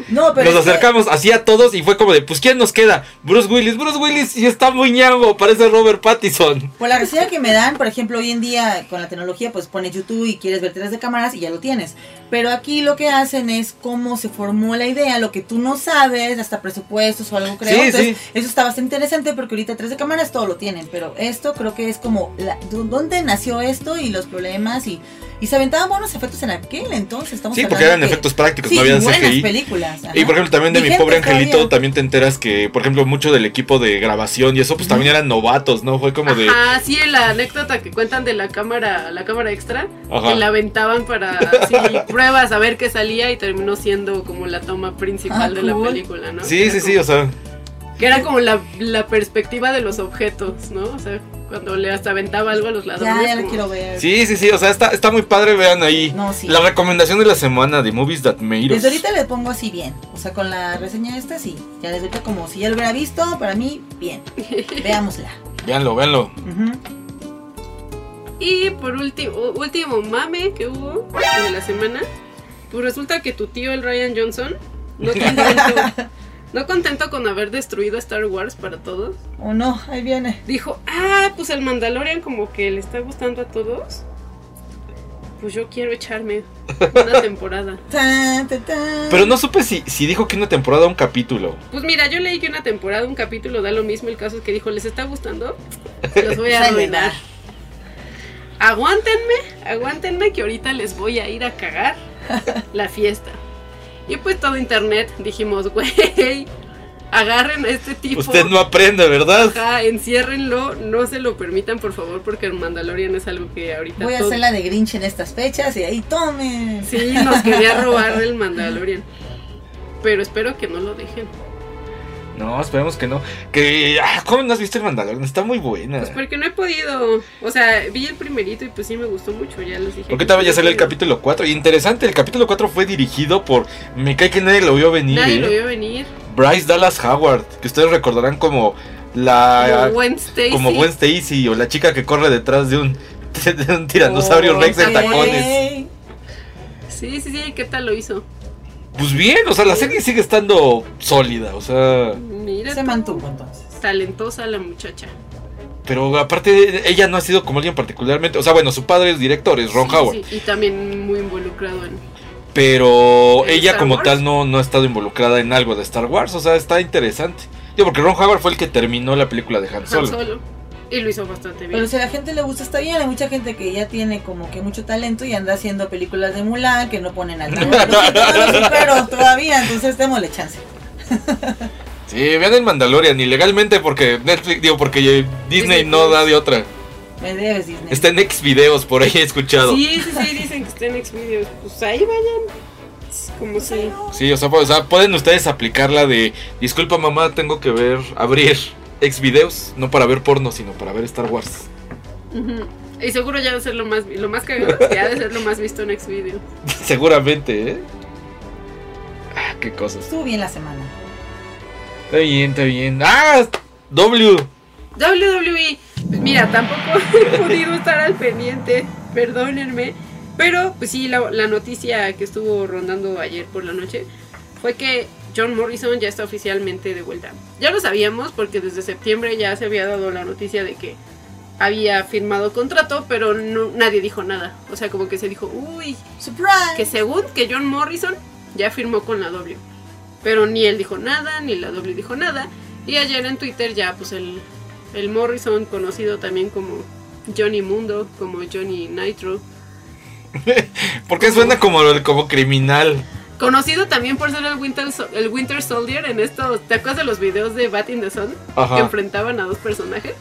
S3: No, pero.
S2: Nos
S3: es que-
S2: acercamos así a todos y fue como de, pues ¿quién nos queda? Bruce Willis, Bruce Willis, y está muy ñambo, parece Robert Pattinson.
S3: Por la reseña que me dan, por ejemplo, hoy en día con la tecnología, pues pones YouTube y quieres ver detrás de cámaras y ya lo tienes. Pero aquí lo que hacen es cómo se formó la idea, lo que tú no sabes, hasta presupuestos o algo creo.
S2: Sí,
S3: Entonces,
S2: sí.
S3: Eso está bastante interesante porque ahorita detrás de cámaras todo lo tienen, pero esto creo que es como la- ¿dó- dónde nació esto y los problemas y, y se aventaban buenos efectos en aquel entonces. Estamos
S2: Sí, porque
S3: hablando
S2: eran
S3: que-
S2: efectos prácticos,
S3: sí,
S2: no había
S3: buenas
S2: CGI.
S3: películas. ajá.
S2: Y por ejemplo, también de mi
S3: Vigentes
S2: pobre angelito,
S3: todavía.
S2: también te enteras que, por ejemplo, mucho del equipo de grabación y eso, pues también eran novatos, ¿no? Fue como de.
S1: Ajá, sí, la anécdota que cuentan de la cámara, la cámara extra,
S2: Ajá.
S1: que la aventaban para así, pruebas a ver qué salía y terminó siendo como la toma principal
S3: Ah,
S1: de la
S3: cool.
S1: película, ¿no?
S2: Sí,
S1: Era
S2: sí,
S1: como-
S2: sí, o sea.
S1: Que era como la, la perspectiva de los objetos, ¿no? O sea, cuando le hasta aventaba algo a los ladrones.
S3: Ya, ya la
S1: como-
S3: quiero ver.
S2: Sí, sí, sí, o sea, está, está muy padre, vean ahí.
S3: No, sí.
S2: La recomendación de la semana de Movies That Made Us.
S3: Desde ahorita le pongo así bien. O sea, con la reseña esta sí. Ya desde ahorita como si ya lo hubiera visto, para mí, bien. Veámosla.
S2: Véanlo, véanlo.
S3: Ujú.
S1: Y por último, último mame que hubo de la semana, pues resulta que tu tío, el Ryan Johnson, no contento, no contento con haber destruido Star Wars para todos,
S3: O no, ahí viene.
S1: dijo, ah, pues el Mandalorian como que le está gustando a todos, pues yo quiero echarme una temporada.
S3: Tan, tan, tan.
S2: Pero no supe si, si dijo que una temporada o un capítulo.
S1: Pues mira, yo leí que una temporada, un capítulo da lo mismo, el caso es que dijo, ¿les está gustando? Los voy a
S3: Sale,
S1: arruinar. Aguántenme, aguántenme que ahorita les voy a ir a cagar la fiesta. Y pues todo internet dijimos, güey, agarren a este tipo.
S2: Usted no aprende, ¿verdad?
S1: Ajá, enciérrenlo, no se lo permitan por favor porque el Mandalorian es algo que ahorita
S3: Voy a
S1: todo-
S3: hacer la de Grinch en estas fechas y ahí tomen.
S1: Sí, nos quería robar el Mandalorian. Pero espero que no lo dejen.
S2: No, esperemos que no. Que. ah, ¿Cómo no has visto el Mandalorian? Está muy buena.
S1: Pues porque no he podido. O sea, vi el primerito y pues sí me gustó mucho, ya les dije.
S2: Porque
S1: que
S2: también
S1: sí
S2: ya salió
S1: me
S2: el
S1: gustó.
S2: capítulo 4. Y interesante, el capítulo 4 fue dirigido por. Me cae que nadie lo vio venir.
S1: Nadie
S2: ¿eh?
S1: lo vio venir.
S2: Bryce Dallas Howard, que ustedes recordarán como la
S1: como Wednesday.
S2: Ah, como Gwen Stacy o la chica que corre detrás de un de un tiranosaurio
S3: Oh,
S2: Rex en
S1: ok.
S2: tacones.
S3: Ey.
S1: Sí, sí, sí, ¿qué tal lo hizo?
S2: Pues bien, o sea, la serie sigue estando sólida, o sea,
S1: Mira,
S3: Se mantuvo entonces.
S1: talentosa la muchacha.
S2: pero aparte ella no ha sido como alguien particularmente, o sea, bueno, su padre es director, es Ron
S1: Sí,
S2: Howard,
S1: sí, y también muy involucrado en.
S2: pero
S1: ¿En
S2: ella
S1: Star
S2: como
S1: Wars?
S2: tal no no ha estado involucrada en algo de Star Wars, o sea, está interesante. Yo porque Ron Howard fue el que terminó la película de Han
S1: Han
S2: Solo.
S1: Solo. Y lo hizo bastante bien.
S3: Pero si a la gente le gusta está bien, hay mucha gente que ya tiene como que mucho talento y anda haciendo películas de Mulan que no ponen al pero todavía, entonces démosle chance.
S2: Sí, vean el Mandalorian ilegalmente porque Netflix, digo, porque eh, Disney
S1: Disney
S2: no
S1: Plus.
S2: da de otra.
S3: Me debes Disney.
S2: Está en X videos, por ahí he escuchado. Sí,
S1: Sí, sí, sí, dicen que está en Xvideos. Pues ahí vayan. Es Como si.
S2: o, sea, pues, o sea, pueden ustedes aplicar la de, disculpa mamá, tengo que ver, abrir X videos, no para ver porno, sino para ver Star Wars.
S1: Ujú. Y seguro ya ha de ser lo más, lo más cagado, es que ha de ser lo más visto en Xvideos.
S2: Seguramente, ¿eh? Ah, qué cosas.
S3: Estuvo bien la semana.
S2: Está bien, está bien. Ah, W.
S1: WWE, E, mira, tampoco he podido estar al pendiente, perdónenme, pero pues sí, la, la noticia que estuvo rondando ayer por la noche fue que John Morrison ya está oficialmente de vuelta. Ya lo sabíamos porque desde septiembre ya se había dado la noticia de que había firmado contrato, pero no- nadie dijo nada. O sea, como que se dijo, "Uh, uy,
S3: Surprise.
S1: que según que John Morrison ya firmó con la W. Pero ni él dijo nada, ni la W dijo nada. Y ayer en Twitter ya pues el, el Morrison, conocido también como Johnny Mundo, como Johnny Nitro,
S2: Porque suena como, como criminal.
S1: Conocido también por ser el Winter, Sol- el Winter Soldier en estos. ¿Te acuerdas de los videos de Bat in the Sun? Que
S2: Ajá.
S1: enfrentaban a dos personajes.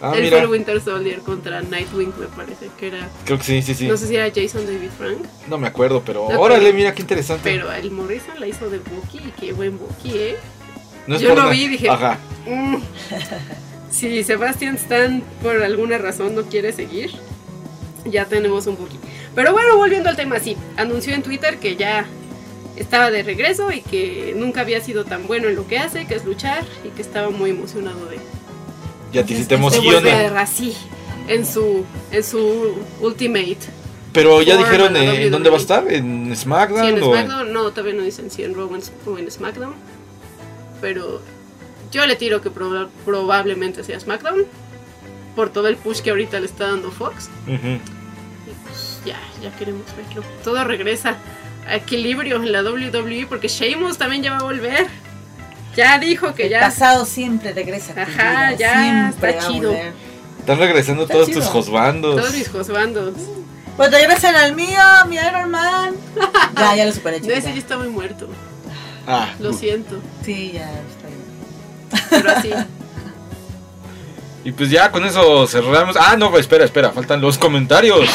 S2: Ah,
S1: Él fue el
S2: mira.
S1: Winter Soldier contra Nightwing, me parece. Que era.
S2: Creo que sí, sí, sí.
S1: No sé si era Jason David Frank,
S2: No me acuerdo, pero
S1: No,
S2: órale,
S1: pero-
S2: mira qué interesante.
S1: pero el Morrison la hizo de Bucky. Y qué buen Bucky, ¿eh?
S2: No es
S1: yo
S2: por
S1: lo
S2: nada.
S1: vi y dije-
S2: Ajá.
S1: Mm. Si Sebastian Stan por alguna razón no quiere seguir, ya tenemos un poquito. Pero bueno, volviendo al tema, sí, anunció en Twitter que ya estaba de regreso y que nunca había sido tan bueno en lo que hace, que es luchar, y que estaba muy emocionado de,
S2: Ya
S1: "Este
S2: te hiciste
S3: Entonces,
S1: de
S3: Emociona.
S2: emociona.
S1: volver así en su, en su Ultimate.
S2: Pero ya
S1: por
S2: dijeron
S1: la
S2: eh,
S1: WWE.
S2: en dónde va a estar, en SmackDown.
S1: Si E". en
S2: o
S1: SmackDown, no, todavía no dicen si en Raw o en- o en SmackDown, pero yo le tiro que proba- probablemente sea SmackDown por todo el push que ahorita le está dando Fox.
S2: Ujú.
S1: Y pues ya, ya queremos verlo. Todo regresa a equilibrio en la WWE porque Sheamus también ya va a volver. Ya dijo que
S3: El
S1: ya.
S3: pasado siempre regresa. a tu
S1: Ajá,
S3: vida,
S1: ya,
S3: siempre
S1: está
S3: va a
S1: chido.
S3: volver.
S2: Están regresando
S3: Está
S2: todos
S3: chido.
S2: tus josbandos.
S1: Todos mis josbandos.
S3: Pues regresen al mío, mi Iron Man. Ya, ya lo superé,
S1: No,
S3: chicos.
S1: ese ya está muy muerto.
S2: Ah,
S1: Lo siento.
S3: Sí, ya está bien.
S1: Pero así.
S2: y pues ya con eso cerramos. Ah, no, espera, espera, faltan los comentarios.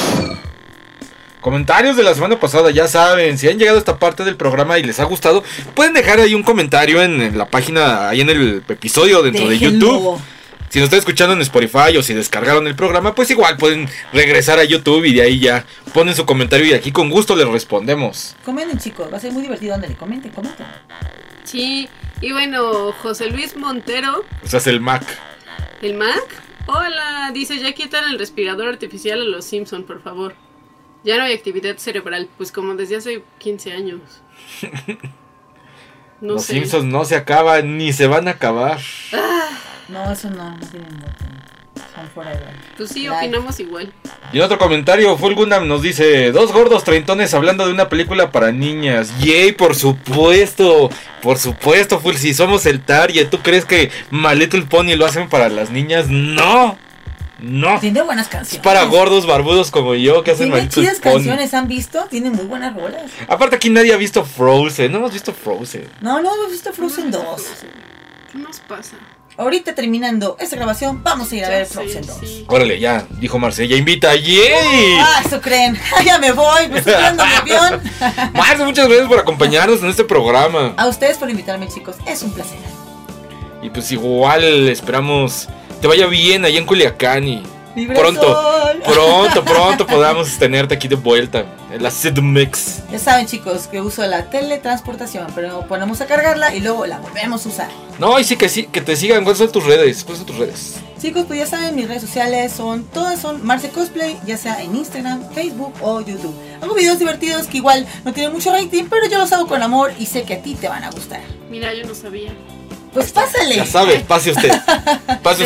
S2: Comentarios de la semana pasada, ya saben, si han llegado a esta parte del programa y les ha gustado, pueden dejar ahí un comentario en, en la página, ahí en el episodio dentro de
S3: Déjenlo.
S2: YouTube. Si nos están escuchando en Spotify o si descargaron el programa, pues igual pueden regresar a YouTube y de ahí ya ponen su comentario y aquí con gusto les respondemos.
S3: Comenten, chicos. Va a ser muy divertido. Ándale, comenten, comenten.
S1: Sí. Y bueno, José Luis Montero,
S2: O sea, es el Mac.
S1: el Mac. Hola, dice, ya quitan el respirador artificial a los Simpson, por favor. Ya no hay actividad cerebral, pues como desde hace 15 años. No
S2: Los
S1: sé.
S2: Simpsons no se acaban ni se van a acabar.
S3: No, eso no. No tienen voto. Son forever.
S1: Pues sí,
S3: Like.
S1: opinamos igual.
S2: Y en otro comentario, Fulgunam nos dice: Dos gordos treintones hablando de una película para niñas. Yay, por supuesto. Por supuesto, Full. Si somos el target, ¿tú crees que My Little Pony lo hacen para las niñas? No. No.
S3: Tiene buenas
S2: Es
S3: canciones.
S2: para gordos barbudos como yo que hacen My
S3: Tiene
S2: Little
S3: chidas
S2: Pony.
S3: canciones, ¿han visto? Tiene muy buenas rolas.
S2: Aparte, aquí nadie ha visto Frozen. No hemos visto Frozen.
S3: No, no hemos visto Frozen
S1: No,
S3: 2.
S1: Frozen. ¿Qué nos pasa?
S3: Ahorita terminando esta grabación, vamos a ir a
S1: Ya
S3: ver
S1: sé,
S3: Frozen 2.
S1: sí.
S2: Órale, ya, dijo Marcella. Invita. Yay.
S3: Ah, eso creen. ya me voy, me estoy quedando en mi avión.
S2: Marce, muchas gracias por acompañarnos en este programa.
S3: A ustedes por invitarme, chicos. Es un placer.
S2: Y pues igual esperamos te vaya bien allá en Culiacán y
S3: Libre
S2: Pronto.
S3: sol.
S2: pronto, pronto podamos tenerte aquí de vuelta en la Sidmix.
S3: Ya saben, chicos, que uso la teletransportación, pero ponemos a cargarla y luego la volvemos a usar.
S2: No, y sí que sí, que te sigan. ¿Cuáles son tus redes? ¿Cuáles son tus redes?
S3: Chicos, pues ya saben, mis redes sociales son, todas son Marce Cosplay, ya sea en Instagram, Facebook o YouTube. Hago videos divertidos que igual no tienen mucho rating, pero yo los hago con amor y sé que a ti te van a gustar.
S1: Mira, yo no sabía.
S3: Pues pásale.
S2: Ya sabe, pase usted. Pase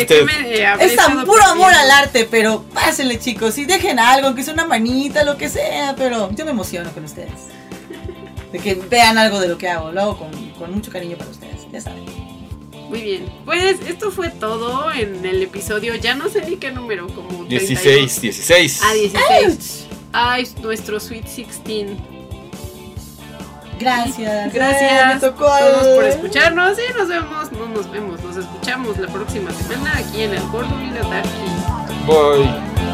S1: ¿De qué
S2: usted.
S1: me eh, habré
S3: Es tan
S1: estado
S3: puro amor
S1: perdiendo?
S3: al arte, pero pásenle chicos y dejen algo, que sea una manita, lo que sea, pero yo me emociono con ustedes. De que vean algo de lo que hago, lo hago con, con mucho cariño para ustedes, ya saben.
S1: Muy bien. Pues esto fue todo en el episodio. Ya no sé ni qué número, como
S2: 16, 16.
S1: 32. Ah, 16. Ay, nuestro Sweet 16.
S3: Gracias. Ay, me
S1: Gracias a
S3: tocó
S1: todos
S3: el-
S1: por escucharnos y nos vemos, no nos vemos, nos escuchamos la próxima semana aquí en el Gordo y la Darky.
S2: Voy.